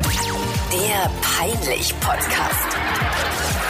Der Peinlich-Podcast.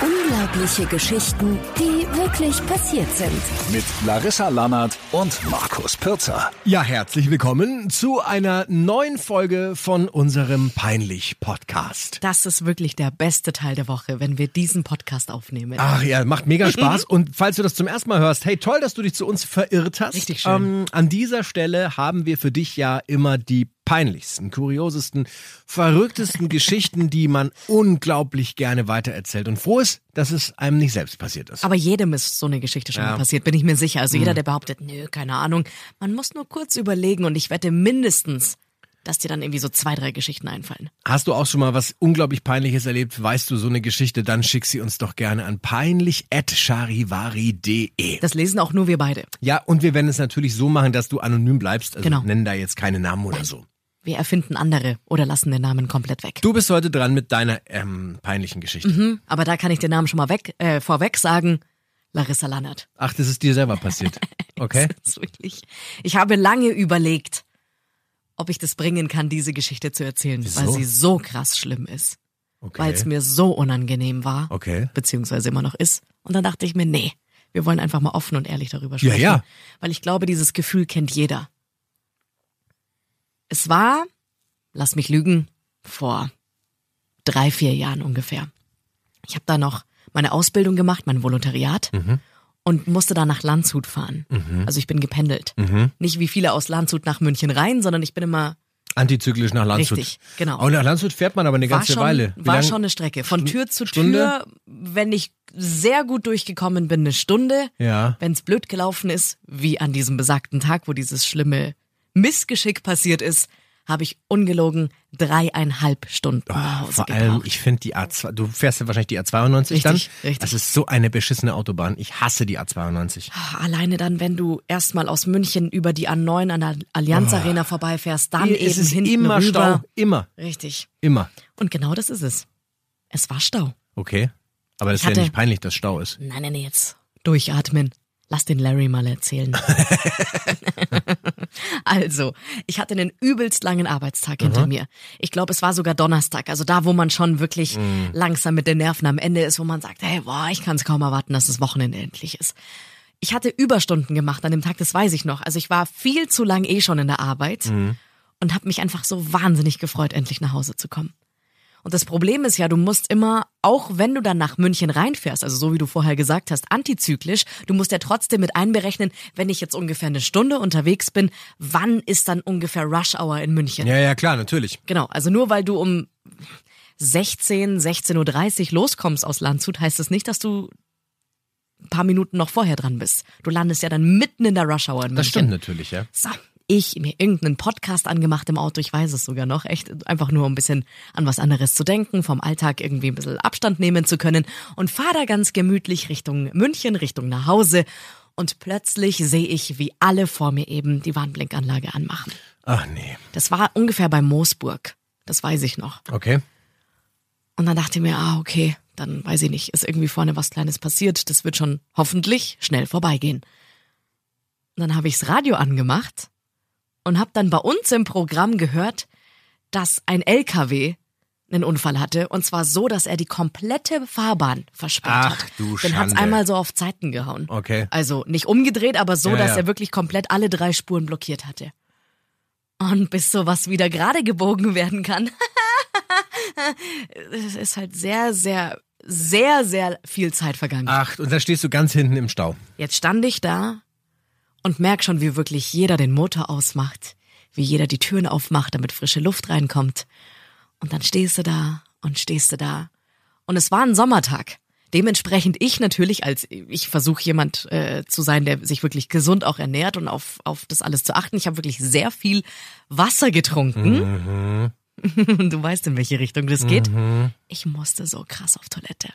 Unglaubliche Geschichten, die wirklich passiert sind. mit Larissa Lannert und Markus Pirzer. Ja, herzlich willkommen zu einer neuen Folge von unserem Peinlich-Podcast. Das ist wirklich der beste Teil der Woche, wenn wir diesen Podcast aufnehmen. Ach ja, macht mega Spaß. Und falls du das zum ersten Mal hörst, hey, toll, dass du dich zu uns verirrt hast. Richtig schön. Ähm, an dieser Stelle haben wir für dich ja immer die peinlichsten, kuriosesten, verrücktesten Geschichten, die man unglaublich gerne weitererzählt. Und froh ist, dass es einem nicht selbst passiert ist. Aber jedem ist so eine Geschichte schon mal passiert, bin ich mir sicher. Also jeder, der behauptet, nö, keine Ahnung, man muss nur kurz überlegen und ich wette mindestens, dass dir dann irgendwie so zwei, drei Geschichten einfallen. Hast du auch schon mal was unglaublich Peinliches erlebt? Weißt du so eine Geschichte? Dann schick sie uns doch gerne an peinlich.charivari.de. Das lesen auch nur wir beide. Ja, und wir werden es natürlich so machen, dass du anonym bleibst. Also Genau. nennen da jetzt keine Namen oder so. Wir erfinden andere oder lassen den Namen komplett weg. Du bist heute dran mit deiner ähm, peinlichen Geschichte. Hm, aber da kann ich den Namen schon mal weg, äh, vorweg sagen, Larissa Lannert. Ach, das ist dir selber passiert. Okay. Das ist wirklich. Ich habe lange überlegt, ob ich das bringen kann, diese Geschichte zu erzählen, weil Wieso? sie so krass schlimm ist. okay. weil es mir so unangenehm war, Okay. beziehungsweise immer noch ist. Und dann dachte ich mir, nee, wir wollen einfach mal offen und ehrlich darüber sprechen. ja. Weil ich glaube, dieses Gefühl kennt jeder. Es war, lass mich lügen, vor drei, vier Jahren ungefähr. Ich habe da noch meine Ausbildung gemacht, mein Volontariat. Mhm. Und musste da nach Landshut fahren. Also ich bin gependelt. Mhm. Nicht wie viele aus Landshut nach München rein, sondern ich bin immer Antizyklisch nach Landshut. Richtig, genau. Und nach Landshut fährt man aber eine ganze war schon, Weile. Wie War lang- schon eine Strecke. Von Stu- Tür zu Stunde? Tür, wenn ich sehr gut durchgekommen bin, eine Stunde. Ja. Wenn es blöd gelaufen ist, wie an diesem besagten Tag, wo dieses schlimme Missgeschick passiert ist, habe ich ungelogen dreieinhalb Stunden nach Hause Ah, Vor allem, gebraucht. ich finde die A2, du fährst ja wahrscheinlich die A92 dann. Richtig, richtig. Das ist so eine beschissene Autobahn. Ich hasse die A92. Ah, Alleine dann, wenn du erstmal aus München über die A9 an der Allianz Arena vorbeifährst, dann Ah. Hier eben ist es hinten immer rüber. Stau. Immer, Richtig. immer. Und genau das ist es. Es war Stau. Okay. Aber das Ich ist ja hatte- nicht peinlich, dass Stau ist. Nein, nein, nein, jetzt durchatmen. Lass den Larry mal erzählen. also, ich hatte einen übelst langen Arbeitstag hinter mir. Ich glaube, es war sogar Donnerstag, also da, wo man schon wirklich langsam mit den Nerven am Ende ist, wo man sagt, hey, boah, ich kann es kaum erwarten, dass das Wochenende endlich ist. Ich hatte Überstunden gemacht an dem Tag, das weiß ich noch. Also ich war viel zu lang eh schon in der Arbeit und habe mich einfach so wahnsinnig gefreut, endlich nach Hause zu kommen. Und das Problem ist ja, du musst immer, auch wenn du dann nach München reinfährst, also so wie du vorher gesagt hast, antizyklisch, du musst ja trotzdem mit einberechnen, wenn ich jetzt ungefähr eine Stunde unterwegs bin, wann ist dann ungefähr Rush Hour in München? Ja, ja, klar, natürlich. Genau, also nur weil du um 16, 16.30 Uhr loskommst aus Landshut, heißt es das nicht, dass du ein paar Minuten noch vorher dran bist. Du landest ja dann mitten in der Rush Hour in München. Das stimmt natürlich, ja. So, ich mir irgendeinen Podcast angemacht im Auto, ich weiß es sogar noch, echt einfach nur um ein bisschen an was anderes zu denken, vom Alltag irgendwie ein bisschen Abstand nehmen zu können und fahr da ganz gemütlich Richtung München, Richtung nach Hause und plötzlich sehe ich, wie alle vor mir eben die Warnblinkanlage anmachen. Ach nee. Das war ungefähr bei Moosburg, das weiß ich noch. Okay. Und dann dachte ich mir, ah, okay, dann weiß ich nicht, ist irgendwie vorne was Kleines passiert, das wird schon hoffentlich schnell vorbeigehen. Und dann habe ich das Radio angemacht und habe dann bei uns im Programm gehört, dass ein LKW einen Unfall hatte und zwar so, dass er die komplette Fahrbahn versperrt Ach, hat. du Dann hat's Schande. Oh einmal so auf Zeiten gehauen. Okay. Also nicht umgedreht, aber so, Ja, dass ja. er wirklich komplett alle drei Spuren blockiert hatte. Und bis sowas wieder gerade gebogen werden kann, es ist halt sehr, sehr, sehr, sehr viel Zeit vergangen. Ach, und da stehst du ganz hinten im Stau. Jetzt stand ich da und merk schon, wie wirklich jeder den Motor ausmacht, wie jeder die Türen aufmacht, damit frische Luft reinkommt. Und dann stehst du da und stehst du da. Und es war ein Sommertag. Dementsprechend ich natürlich als ich versuche jemand äh, zu sein, der sich wirklich gesund auch ernährt und auf auf das alles zu achten. Ich habe wirklich sehr viel Wasser getrunken. du weißt in welche Richtung das geht. Ich musste so krass auf Toilette.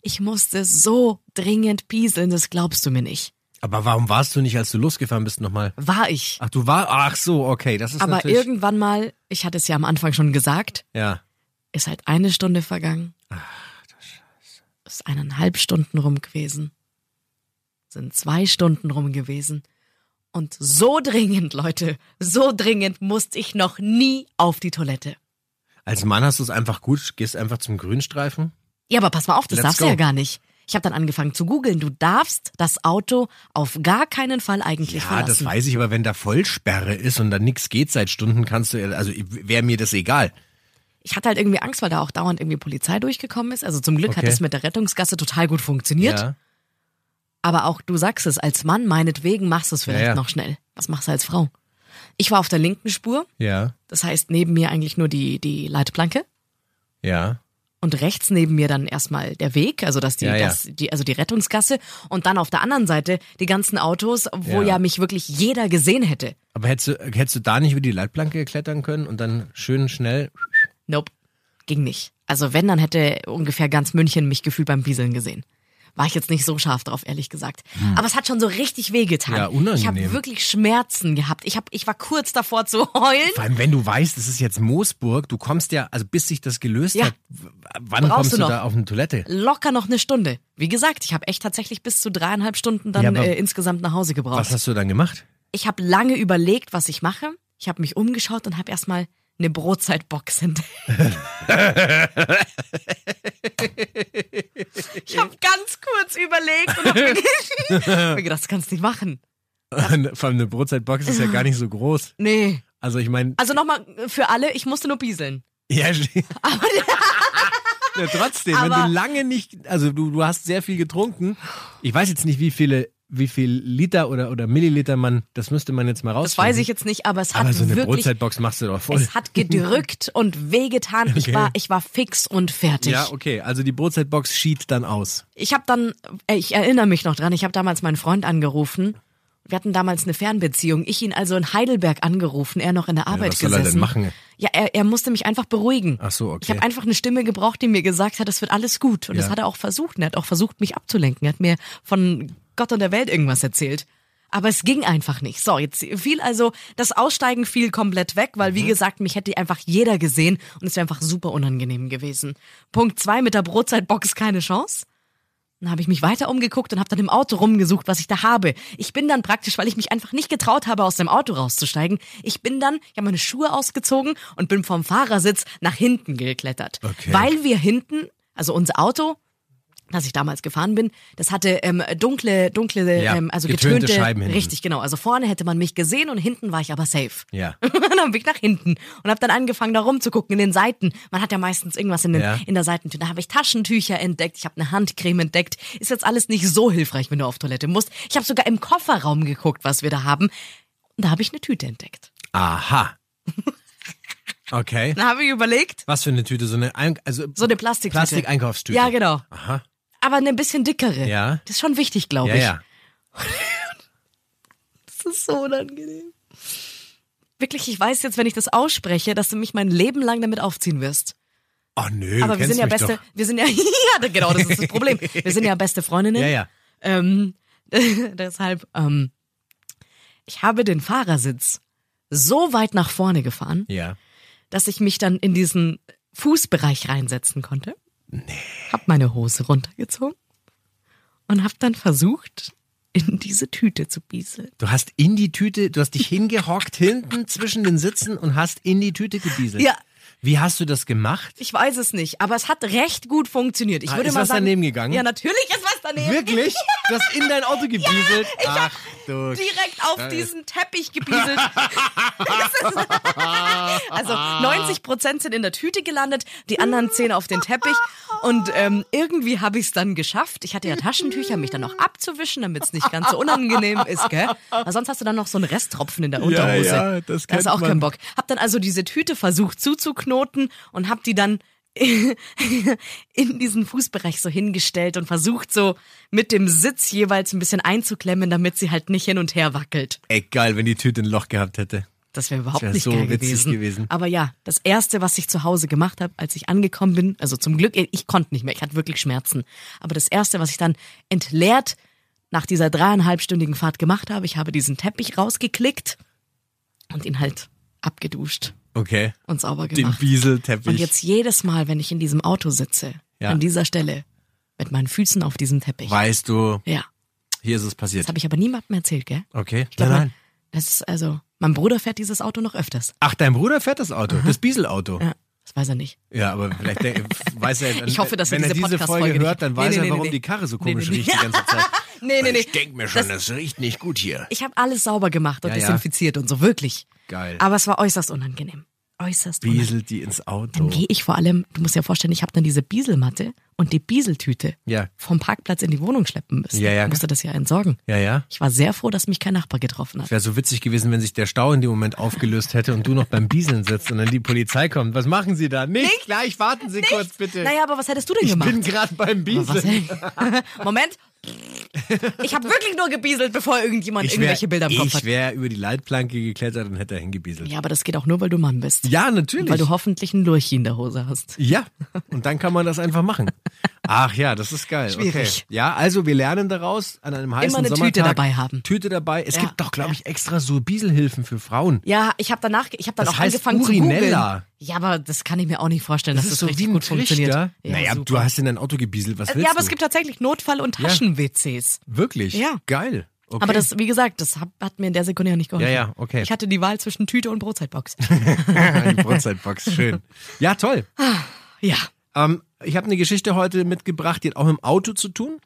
Ich musste so dringend pieseln, das glaubst du mir nicht. Aber warum warst du nicht, als du losgefahren bist, nochmal? War ich. Ach, du war. Ach so, okay, das ist Aber natürlich. irgendwann mal, ich hatte es ja am Anfang schon gesagt, ja. ist halt eine Stunde vergangen. Ah, Ach, du Scheiße. Ist eineinhalb Stunden rum gewesen. Sind zwei Stunden rum gewesen. Und so dringend, Leute, so dringend musste ich noch nie auf die Toilette. Als Mann hast du es einfach gut, gehst einfach zum Grünstreifen. Ja, aber pass mal auf, das Let's darfst go. du ja gar nicht. Ich habe dann angefangen zu googeln. Du darfst das Auto auf gar keinen Fall eigentlich ja, verlassen. Ah, das weiß ich, aber wenn da Vollsperre ist und dann nichts geht seit Stunden, kannst du, ja- also wäre mir das egal. ich hatte halt irgendwie Angst, weil da auch dauernd irgendwie Polizei durchgekommen ist. Also zum Glück hat Okay. es mit der Rettungsgasse total gut funktioniert. Ja. Aber auch du sagst es, als Mann meinetwegen machst du es vielleicht Ja, ja. noch schnell. Was machst du als Frau? Ich war auf der linken Spur, Ja. das heißt neben mir eigentlich nur die, die Leitplanke Ja. und rechts neben mir dann erstmal der Weg, also dass die, Ja, ja. Das, die also die Rettungsgasse und dann auf der anderen Seite die ganzen Autos, wo Ja. ja mich wirklich jeder gesehen hätte. Aber hättest du, hättest du da nicht über die Leitplanke klettern können und dann schön schnell. Nope, ging nicht. Also wenn, dann hätte ungefähr ganz München mich gefühlt beim Bieseln gesehen. War ich jetzt nicht so scharf drauf, ehrlich gesagt. Aber es hat schon so richtig wehgetan. Hm. Ja, unangenehm. Ich habe wirklich Schmerzen gehabt. Ich, hab, ich war kurz davor zu heulen. Vor allem, wenn du weißt, es ist jetzt Moosburg, du kommst ja, also bis sich das gelöst Ja. hat, w- wann Brauchst kommst du du noch? da auf eine Toilette? Locker noch eine Stunde. Wie gesagt, ich habe echt tatsächlich bis zu dreieinhalb Stunden dann Ja, aber äh, insgesamt nach Hause gebraucht. Was hast du dann gemacht? Ich habe lange überlegt, was ich mache. Ich habe mich umgeschaut und habe erstmal eine Brotzeitbox entdeckt. ich habe ganz kurz überlegt und habe mir gedacht, das kannst du nicht machen. Ne, Vor allem eine Brotzeitbox ist ja gar nicht so groß. Nee. Also ich meine, Also nochmal für alle, ich musste nur pieseln. ja, ja, trotzdem, wenn Aber- du lange nicht, also du, du hast sehr viel getrunken. Ich weiß jetzt nicht, wie viele, wie viel Liter oder, oder Milliliter man, das müsste man jetzt mal raus. Das weiß ich jetzt nicht, aber es hat Aber so eine wirklich, Brotzeitbox machst du doch voll. es hat gedrückt und wehgetan. Ich Okay. war, ich war fix und fertig. Ja, okay, also die Brotzeitbox schied dann aus. Ich habe dann, äh, ich erinnere mich noch dran, ich habe damals meinen Freund angerufen. Wir hatten damals eine Fernbeziehung. Ich ihn also in Heidelberg angerufen, er noch in der Arbeit was soll er denn gesessen. machen? Ja, er, er musste mich einfach beruhigen. Ach so, okay. Ich habe einfach eine Stimme gebraucht, die mir gesagt hat, es wird alles gut. Und das Ja. hat er auch versucht. Und er hat auch versucht, mich abzulenken. Er hat mir von Gott und der Welt irgendwas erzählt. Aber es ging einfach nicht. So, jetzt fiel also, das Aussteigen fiel komplett weg, weil Mhm. wie gesagt, mich hätte einfach jeder gesehen und es wäre einfach super unangenehm gewesen. Punkt zwei, mit der Brotzeitbox keine Chance. Dann habe ich mich weiter umgeguckt und habe dann im Auto rumgesucht, was ich da habe. Ich bin dann praktisch, weil ich mich einfach nicht getraut habe, aus dem Auto rauszusteigen, ich bin dann, ich habe meine Schuhe ausgezogen und bin vom Fahrersitz nach hinten geklettert. Okay. Weil wir hinten, also unser Auto, das ich damals gefahren bin, das hatte ähm, dunkle, dunkle, Ja, ähm, also getönte getönte, Scheiben hinten. richtig genau. Also vorne hätte man mich gesehen und hinten war ich aber safe. Ja. Und dann bin ich nach hinten und habe dann angefangen, da rumzugucken in den Seiten. Man hat ja meistens irgendwas in, den, Ja. in der Seitentür. Da habe ich Taschentücher entdeckt, ich habe eine Handcreme entdeckt. Ist jetzt alles nicht so hilfreich, wenn du auf Toilette musst. Ich habe sogar im Kofferraum geguckt, was wir da haben. Und da habe ich eine Tüte entdeckt. Aha. Okay. Da habe ich überlegt, Was für eine Tüte? So eine, Ein also so eine Plastiktüte. Plastikeinkaufstüte. Ja, genau. Aha. Aber eine bisschen dickere. Ja. Das ist schon wichtig, glaube Ja, ich. ja. Das ist so unangenehm. Wirklich, ich weiß jetzt, wenn ich das ausspreche, dass du mich mein Leben lang damit aufziehen wirst. Oh nö, Aber du wir kennst sind ja mich beste, Doch. wir sind ja, ja, genau, das ist das Problem. Wir sind ja beste Freundinnen. Ja, ja. Ähm, deshalb, ähm, ich habe den Fahrersitz so weit nach vorne gefahren, Ja. dass ich mich dann in diesen Fußbereich reinsetzen konnte. Nee. Hab meine Hose runtergezogen und hab dann versucht, in diese Tüte zu bieseln. Du hast in die Tüte, du hast dich hingehockt hinten zwischen den Sitzen und hast in die Tüte gebieselt. Ja. Wie hast du das gemacht? Ich weiß es nicht, aber es hat recht gut funktioniert. Ich Ah, würde ist mal was sagen, daneben gegangen? Ja, natürlich ist was daneben. Wirklich? Du hast in dein Auto gebieselt? Ach du. direkt auf diesen Teppich gebieselt. also 90 Prozent sind in der Tüte gelandet, die anderen 10 auf den Teppich. Und ähm, irgendwie habe ich es dann geschafft. Ich hatte ja Taschentücher, mich dann noch abzuwischen, damit es nicht ganz so unangenehm ist, gell? Aber sonst hast du dann noch so einen Resttropfen in der Unterhose. ja, das da hast du kennt auch keinen man. Bock. Hab dann also diese Tüte versucht zuzuknoten und hab die dann in diesen Fußbereich so hingestellt und versucht so mit dem Sitz jeweils ein bisschen einzuklemmen, damit sie halt nicht hin und her wackelt. Ey, geil, wenn die Tüte ein Loch gehabt hätte. Das wäre überhaupt wär nicht so geil witzig gewesen. gewesen. Aber ja, das erste, was ich zu Hause gemacht habe, als ich angekommen bin, also zum Glück, ich konnte nicht mehr, ich hatte wirklich Schmerzen. Aber das erste, was ich dann entleert nach dieser dreieinhalbstündigen Fahrt gemacht habe, ich habe diesen Teppich rausgeklickt und ihn halt abgeduscht Okay. und sauber Den gemacht. Wieselteppich. und jetzt jedes Mal, wenn ich in diesem Auto sitze, Ja. an dieser Stelle, mit meinen Füßen auf diesem Teppich. weißt du, ja, hier ist es passiert. das habe ich aber niemandem erzählt, gell? Okay. Ich glaub, nein, mein- nein. Das ist also, mein Bruder fährt dieses Auto noch öfters. Ach, dein Bruder fährt das Auto, das Dieselauto. Ja. Ja, das weiß er nicht. aber vielleicht der, weiß er, dann, Ich hoffe, dass er wenn er diese diese Podcast-Folge Folge nicht- hört, dann Nee, weiß nee, er, nee, warum nee. die Karre so Nee, komisch nee, riecht die ganze Zeit. Nee, nee, nee. denk mir schon, das, riecht nicht gut hier. Ich habe alles sauber gemacht und Ja, ja. desinfiziert und so, wirklich. Geil. Aber es war äußerst unangenehm. Äußerst unangenehm. Bieselt die ins Auto. Dann gehe ich vor allem, du musst dir ja vorstellen, ich habe dann diese Bieselmatte und die Bieseltüte Ja. vom Parkplatz in die Wohnung schleppen müssen. Ja, ja. Ich musste das ja entsorgen. Ja, ja. Ich war sehr froh, dass mich kein Nachbar getroffen hat. Wäre so witzig gewesen, wenn sich der Stau in dem Moment aufgelöst hätte und du noch beim Bieseln sitzt und dann die Polizei kommt. Was machen Sie da? Nicht, gleich warten Sie kurz bitte. Naja, aber was hättest du denn ich gemacht? bin gerade beim Aber was- Bieseln. Moment. Ich habe wirklich nur gebieselt, bevor irgendjemand irgendwelche Bilder im Kopf ich hat. wäre über die Leitplanke geklettert und hätte hingebieselt. Ja, aber das geht auch nur, weil du Mann bist. Ja, natürlich. Weil du hoffentlich einen Lurchi in der Hose hast. Ja, und dann kann man das einfach machen. Ach ja, das ist geil. Schwierig. Okay. Ja, also wir lernen daraus an einem heißen eine Tüte Sommertag. dabei haben. Tüte dabei. Es Ja. gibt doch, glaube ich, extra so Bieselhilfen für Frauen. Ja, ich habe danach, ich habe dann Das auch heißt angefangen Urinella. zu googeln. Ja, aber das kann ich mir auch nicht vorstellen, dass das so richtig wie ein gut funktioniert. Trichter. Ja, naja, super. Äh, du hast in dein Auto gebieselt. Was willst ja, aber du? es gibt tatsächlich Notfall- und Ja. Taschen-WCs. Wirklich? Ja. Geil. Okay. Aber das, wie gesagt, das hat, hat mir in der Sekunde ja nicht geholfen. Ja, ja, okay. Ich hatte die Wahl zwischen Tüte und Brotzeitbox. die Brotzeitbox, schön. Ja, toll. ja, Ähm, ich habe eine Geschichte heute mitgebracht, die hat auch mit dem Auto zu tun.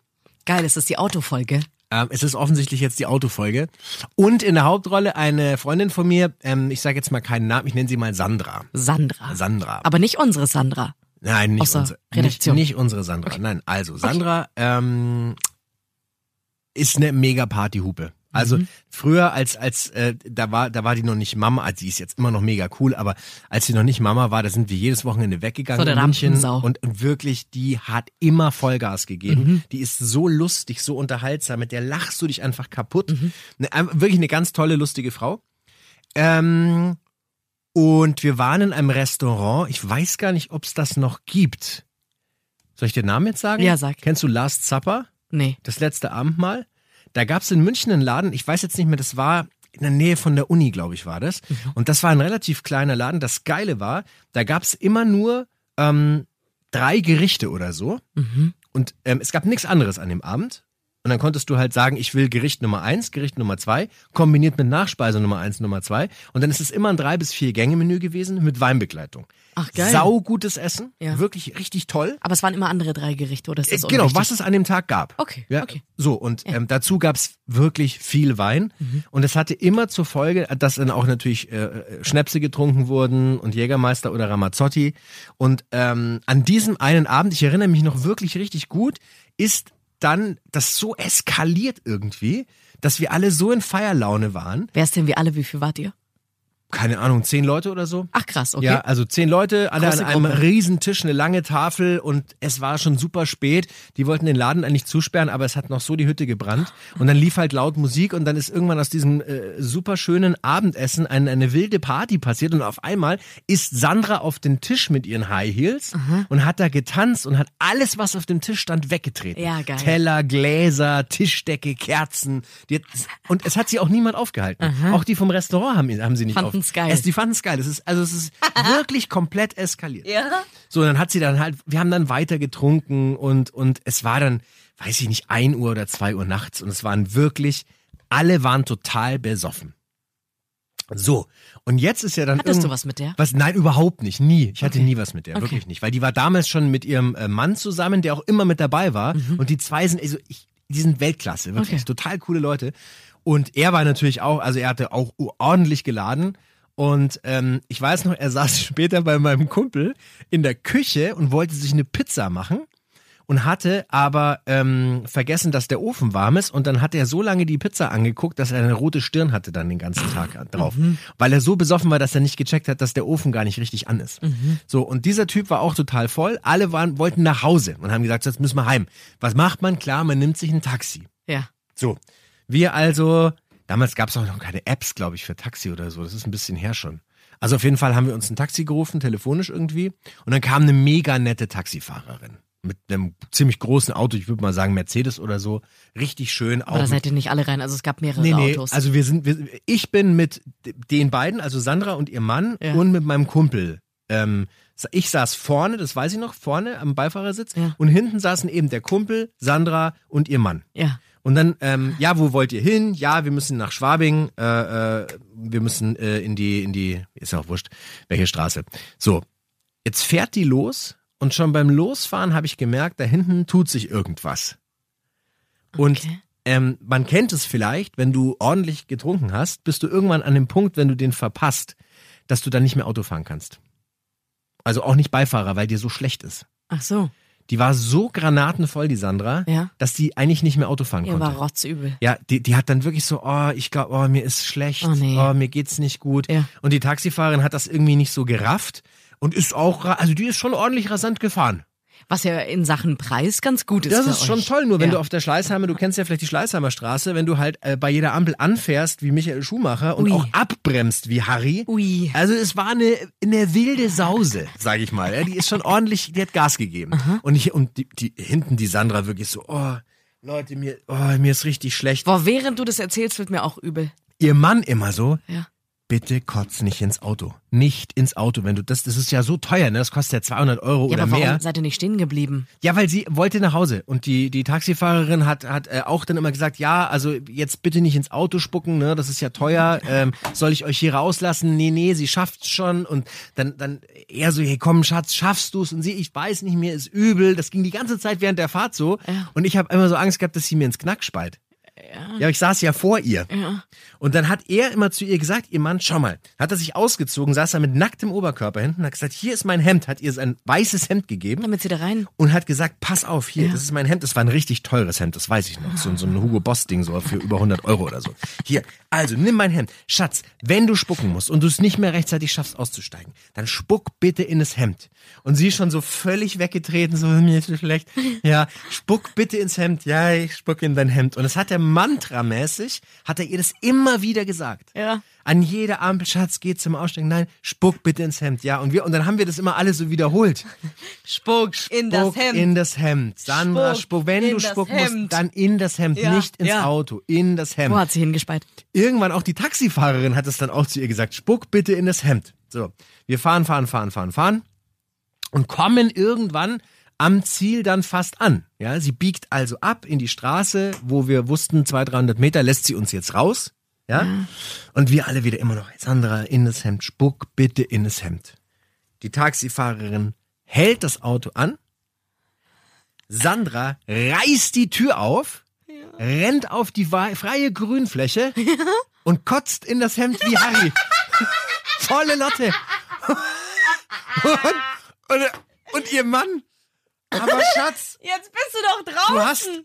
geil, es ist die Autofolge. Ähm, es ist offensichtlich jetzt die Autofolge. Und in der Hauptrolle eine Freundin von mir, ähm, ich sage jetzt mal keinen Namen, ich nenne sie mal Sandra. Sandra. Sandra. Aber nicht unsere Sandra. Nein, nicht, Außer unsere, nicht, Redaktion. nicht unsere Sandra. Nein, also Sandra ähm, ist eine mega Partyhupe. Also Mhm. früher als als äh, da war da war die noch nicht Mama, also die ist jetzt immer noch mega cool, aber als sie noch nicht Mama war, da sind wir jedes Wochenende weggegangen So eine in München Rampensau. und, und wirklich die hat immer Vollgas gegeben. Mhm. Die ist so lustig, so unterhaltsam, mit der lachst du dich einfach kaputt. Mhm. Ne, ein- wirklich eine ganz tolle lustige Frau. Ähm, und wir waren in einem Restaurant. Ich weiß gar nicht, ob es das noch gibt. Soll ich den Namen jetzt sagen? Ja, sag. Kennst du Last Supper? Nee. Das letzte Abendmahl? Da gab es in München einen Laden, ich weiß jetzt nicht mehr, das war in der Nähe von der Uni, glaube ich, war das. Mhm. Und das war ein relativ kleiner Laden. Das Geile war, da gab es immer nur ähm, drei Gerichte oder so. Mhm. Und ähm, es gab nichts anderes an dem Abend. Und dann konntest du halt sagen, ich will Gericht Nummer eins, Gericht Nummer zwei, kombiniert mit Nachspeise Nummer eins, Nummer zwei. Und dann ist es immer ein drei bis vier Gänge-Menü gewesen mit Weinbegleitung. Ach, geil. Sau gutes Essen, Ja. wirklich richtig toll. Aber es waren immer andere drei Gerichte, oder ist das Äh, Genau, unwichtig? was es an dem Tag gab. Okay, okay. So, und ähm, dazu gab es wirklich viel Wein. Mhm. Und es hatte immer zur Folge, dass dann auch natürlich äh, Schnäpse getrunken wurden und Jägermeister oder Ramazzotti. Und ähm, an diesem einen Abend, ich erinnere mich noch wirklich richtig gut, ist dann das so eskaliert irgendwie, dass wir alle so in Feierlaune waren. Wer ist denn wir alle? Wie viel wart ihr? Keine Ahnung, zehn Leute oder so. Ach krass, okay. Ja, also zehn Leute, alle Große an einem Gruppe. riesen Tisch, eine lange Tafel und es war schon super spät. Die wollten den Laden eigentlich zusperren, aber es hat noch so die Hütte gebrannt. Und dann lief halt laut Musik und dann ist irgendwann aus diesem äh, super schönen Abendessen ein, eine wilde Party passiert und auf einmal ist Sandra auf den Tisch mit ihren High Heels und hat da getanzt und hat alles, was auf dem Tisch stand, weggetreten. Ja, geil. Teller, Gläser, Tischdecke, Kerzen. Die hat, und es hat sie auch niemand aufgehalten. Auch die vom Restaurant haben, ihn- haben sie nicht Fanden's auf- geil. Es- die fanden es geil. Es ist, also es ist wirklich komplett eskaliert. Ja. So, dann hat sie dann halt, wir haben dann weiter getrunken und, und es war dann, weiß ich nicht, 1 Uhr oder 2 Uhr nachts und es waren wirklich, alle waren total besoffen. So, und jetzt ist ja dann. Hattest du irgend- was mit der? Was, nein, überhaupt nicht, nie. Ich hatte nie was mit der, Okay. wirklich nicht. Weil die war damals schon mit ihrem äh, Mann zusammen, der auch immer mit dabei war. Und die zwei sind, also ich, die sind Weltklasse, wirklich. Okay. Total coole Leute. Und er war natürlich auch, also er hatte auch ordentlich geladen. Und ähm, ich weiß noch, er saß später bei meinem Kumpel in der Küche und wollte sich eine Pizza machen. und hatte aber ähm, vergessen, dass der Ofen warm ist und dann hat er so lange die Pizza angeguckt, dass er eine rote Stirn hatte dann den ganzen Tag drauf, weil er so besoffen war, dass er nicht gecheckt hat, dass der Ofen gar nicht richtig an ist. So und dieser Typ war auch total voll. Alle waren wollten nach Hause und haben gesagt, jetzt müssen wir heim. Was macht man? Klar, man nimmt sich ein Taxi. Ja. So, wir also, damals gab es auch noch keine Apps, glaube ich, für Taxi oder so. Das ist ein bisschen her schon. Also auf jeden Fall haben wir uns ein Taxi gerufen, telefonisch irgendwie. Und dann kam eine mega nette Taxifahrerin mit einem ziemlich großen Auto, ich würde mal sagen Mercedes oder so. Richtig schön. Aber da auch seid ihr nicht alle rein. Also es gab mehrere Autos. also wir sind, wir, ich bin mit d- den beiden, also Sandra und ihr Mann Ja. und mit meinem Kumpel. Ähm, sa- ich saß vorne, das weiß ich noch, vorne am Beifahrersitz Ja. und hinten saßen eben der Kumpel, Sandra und ihr Mann. ja. Und dann, ähm, ja, wo wollt ihr hin? Ja, wir müssen nach Schwabing, äh, äh, wir müssen äh, in die, in die, ist ja auch wurscht, welche Straße. So, jetzt fährt die los und schon beim Losfahren habe ich gemerkt, da hinten tut sich irgendwas. Und Okay. ähm, man kennt es vielleicht, wenn du ordentlich getrunken hast, bist du irgendwann an dem Punkt, wenn du den verpasst, dass du dann nicht mehr Auto fahren kannst. Also auch nicht Beifahrer, weil dir so schlecht ist. Ach so. Die war so granatenvoll, die Sandra, Ja. dass die eigentlich nicht mehr Auto fahren Ihr konnte. war rotzübel. Ja, die, die hat dann wirklich so, oh, ich glaube, oh, mir ist schlecht, Oh, oh, nee. mir geht's nicht gut. Ja. Und die Taxifahrerin hat das irgendwie nicht so gerafft und ist auch, ra- also die ist schon ordentlich rasant gefahren. Was ja in Sachen Preis ganz gut ist. Das für ist schon euch. toll, nur wenn ja. du auf der Schleißheimer, du kennst ja vielleicht die Schleißheimer Straße, wenn du halt äh, bei jeder Ampel anfährst wie Michael Schumacher und Ui. auch abbremst wie Harry. Ui. Also es war eine, eine wilde Sause, sag ich mal. Ja, die ist schon ordentlich, die hat Gas gegeben. Und, ich, und die, die, hinten die Sandra wirklich so, oh, Leute, mir, oh, mir ist richtig schlecht. Boah, während du das erzählst, wird mir auch übel. Ihr Mann immer so, Ja. bitte kotz nicht ins Auto. Nicht ins Auto, wenn du das, das ist ja so teuer, ne? Das kostet ja 200 Euro Ja, oder aber warum mehr. seid ihr nicht stehen geblieben? Ja, weil sie wollte nach Hause und die die Taxifahrerin hat hat äh, auch dann immer gesagt, ja, also jetzt bitte nicht ins Auto spucken, ne? Das ist ja teuer. Ähm, soll ich euch hier rauslassen? Nee, nee, sie schafft's schon und dann dann er so, hey, komm, Schatz, schaffst du's? Und sie, ich weiß nicht, mir ist übel. Das ging die ganze Zeit während der Fahrt so Ja. und ich habe immer so Angst gehabt, dass sie mir ins Knack speit. Ja, aber ich saß ja vor ihr. Und dann hat er immer zu ihr gesagt, ihr Mann, schau mal, hat er sich ausgezogen, saß da mit nacktem Oberkörper hinten, hat gesagt, hier ist mein Hemd, hat ihr sein weißes Hemd gegeben Damit sie da rein. und hat gesagt, pass auf, hier, das ist mein Hemd. Das war ein richtig teures Hemd, das weiß ich noch. So, so ein Hugo Boss Ding, so für über 100 Euro oder so. Hier, also nimm mein Hemd. Schatz, wenn du spucken musst und du es nicht mehr rechtzeitig schaffst auszusteigen, dann spuck bitte in das Hemd. Und sie schon so völlig weggetreten, so mir ist so schlecht. Ja, spuck bitte ins Hemd. Ja, ich spuck in dein Hemd. Und das hat er mantramäßig, hat er ihr das immer wieder gesagt. Ja. An jeder Ampel, Schatz, geh zum Aussteigen. Nein, spuck bitte ins Hemd. Ja, und wir, und dann haben wir das immer alle so wiederholt. Spuck, in das Spuck Hemd. in das Hemd. Sandra, Spuck spuck, wenn in du das spucken Hemd. musst, dann in das Hemd, Ja, nicht ins ja. Auto, in das Hemd. Wo hat sie hingespeit? Irgendwann auch die Taxifahrerin hat es dann auch zu ihr gesagt, spuck bitte in das Hemd. So, wir fahren, fahren, fahren, fahren, fahren und kommen irgendwann am Ziel dann fast an. Ja, sie biegt also ab in die Straße, wo wir wussten, 200, 300 Meter lässt sie uns jetzt raus. Ja? Und wir alle wieder immer noch, Sandra, in das Hemd, spuck bitte in das Hemd. Die Taxifahrerin hält das Auto an. Sandra reißt die Tür auf, rennt auf die wei- freie Grünfläche und kotzt in das Hemd wie Harry. Volle Lotte. Und, und, und ihr Mann. Aber Schatz, Jetzt bist du doch draußen. du hast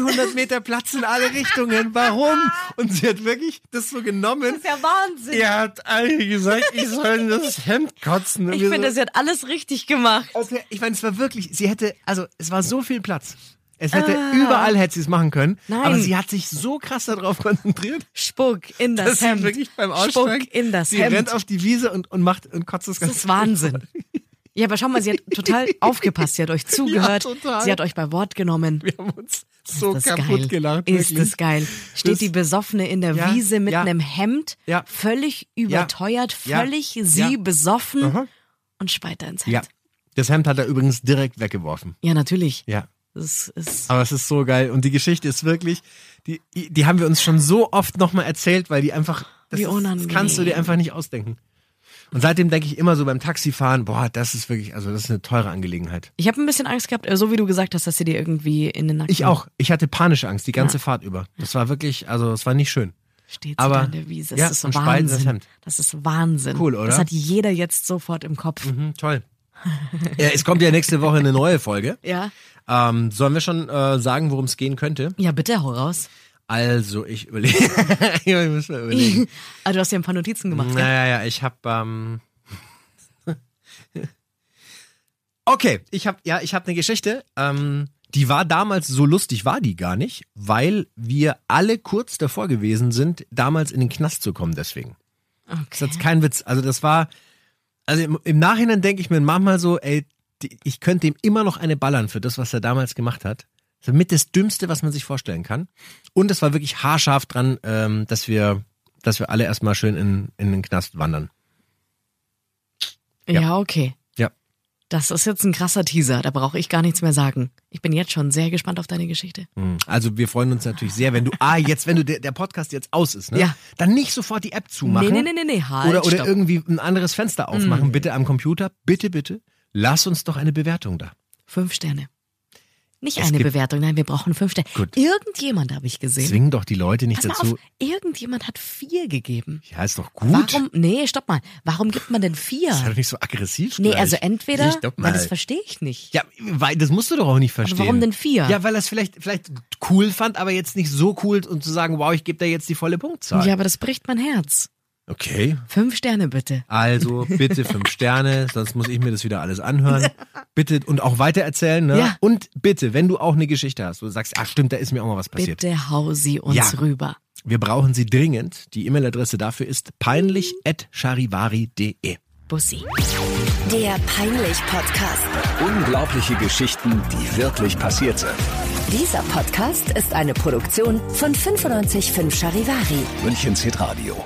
300 Meter Platz in alle Richtungen. Warum? Und sie hat wirklich das so genommen. Das ist ja Wahnsinn. Er hat alle gesagt, ich soll in das Hemd kotzen. Und Ich wir so- finde, sie hat alles richtig gemacht. Okay, ich meine, es war wirklich, sie hätte, also es war so viel Platz. Es hätte, überall hätte sie es machen können. Ah. Nein. Aber sie hat sich so krass darauf konzentriert, Spuck in das dass sie Hemd. wirklich beim Aussteigen, Spuck in das sie Hemd. rennt auf die Wiese und, und macht und kotzt das Das Ganze. ist Wahnsinn. Ja, aber schau mal, sie hat total aufgepasst. Sie hat euch zugehört. Ja, total. Sie hat euch bei Wort genommen. Wir haben uns so das kaputt geil. gelacht. Ist wirklich. das geil. Steht Das- die Besoffene in der Ja, Wiese mit ja. einem Hemd, Ja. völlig überteuert, Ja. völlig sie Ja. besoffen Aha. und speit da ins Hemd. Ja. Das Hemd hat er übrigens direkt weggeworfen. Ja, natürlich. Ja. Das ist Aber es ist so geil. Und die Geschichte ist wirklich, die, die haben wir uns schon so oft nochmal erzählt, weil die einfach, das, Wie ist, unangenehm. das kannst du dir einfach nicht ausdenken. Und seitdem denke ich immer so beim Taxifahren, boah, das ist wirklich, also das ist eine teure Angelegenheit. Ich habe ein bisschen Angst gehabt, äh, so wie du gesagt hast, dass sie dir irgendwie in den Nacken Ich auch. Ich hatte panische Angst die ganze Fahrt über. Das war wirklich, also es war nicht schön. steht. Aber- sie da in der Wiese. Das ja, ist und spalten das Wahnsinn. Hemd. Das ist Wahnsinn. Cool, oder? Das hat jeder jetzt sofort im Kopf. Hm, Mhm, toll. ja, es kommt ja nächste Woche eine neue Folge. Ja. Ähm, sollen wir schon äh, sagen, worum es gehen könnte? Ja, bitte, hau raus. Also, ich überlege. ich muss mal überlegen. Ah, du hast ja ein paar Notizen gemacht, gell? Naja, ja, ich habe. Ähm okay, ich habe ja, ich habe eine Geschichte. Ähm, die war damals so lustig, war die gar nicht, weil wir alle kurz davor gewesen sind, damals in den Knast zu kommen. Deswegen. Das ist Okay. jetzt kein Witz. Also das war, also im, im Nachhinein denke ich mir manchmal so, ey, die, ich könnte ihm immer noch eine ballern für das, was er damals gemacht hat. Das war mit das Dümmste, was man sich vorstellen kann. Und es war wirklich haarscharf dran, ähm, dass wir, dass wir alle erstmal schön in, in den Knast wandern. Ja. okay. Ja. Das ist jetzt ein krasser Teaser, da brauche ich gar nichts mehr sagen. Ich bin jetzt schon sehr gespannt auf deine Geschichte. Mhm. Also wir freuen uns natürlich sehr, wenn du, ah, jetzt, wenn du der, der Podcast jetzt aus ist, ne? Ja. Dann nicht sofort die App zumachen. Nee, nee, nee, nee, nee, halt, Oder, oder stopp. Hm. irgendwie ein anderes Fenster aufmachen, bitte am Computer. Bitte, bitte. Lass uns doch eine Bewertung da. Fünf Sterne. Nicht Es eine gibt- Bewertung, nein, wir brauchen fünf Sterne. Gut. Irgendjemand habe ich gesehen. Zwingen doch die Leute nicht Pass mal dazu. auf, irgendjemand hat vier gegeben. Ja, ist doch gut. Warum? Nee, stopp mal. Warum gibt man denn Sei vier? doch nicht so aggressiv. Nee, gleich. also entweder, Ich glaub weil mal. das verstehe ich nicht. Ja, weil das musst du doch auch nicht verstehen. warum denn vier? Ja, weil er es vielleicht, vielleicht cool fand, aber jetzt nicht so cool, um zu sagen, wow, ich gebe da jetzt die volle Punktzahl. ja, aber das bricht mein Herz. Okay. Fünf Sterne bitte. Also bitte fünf Sterne, sonst muss ich mir das wieder alles anhören. Bitte und auch weitererzählen. Ne? Ja. Und bitte, wenn du auch eine Geschichte hast, wo du sagst, ach stimmt, da ist mir auch mal was passiert. Bitte hau sie uns Ja. rüber. Wir brauchen sie dringend. Die E-Mail-Adresse dafür ist peinlich.charivari.de. Bussi. Der Peinlich-Podcast. Unglaubliche Geschichten, die wirklich passiert sind. Dieser Podcast ist eine Produktion von 955 Charivari. Münchens Hitradio.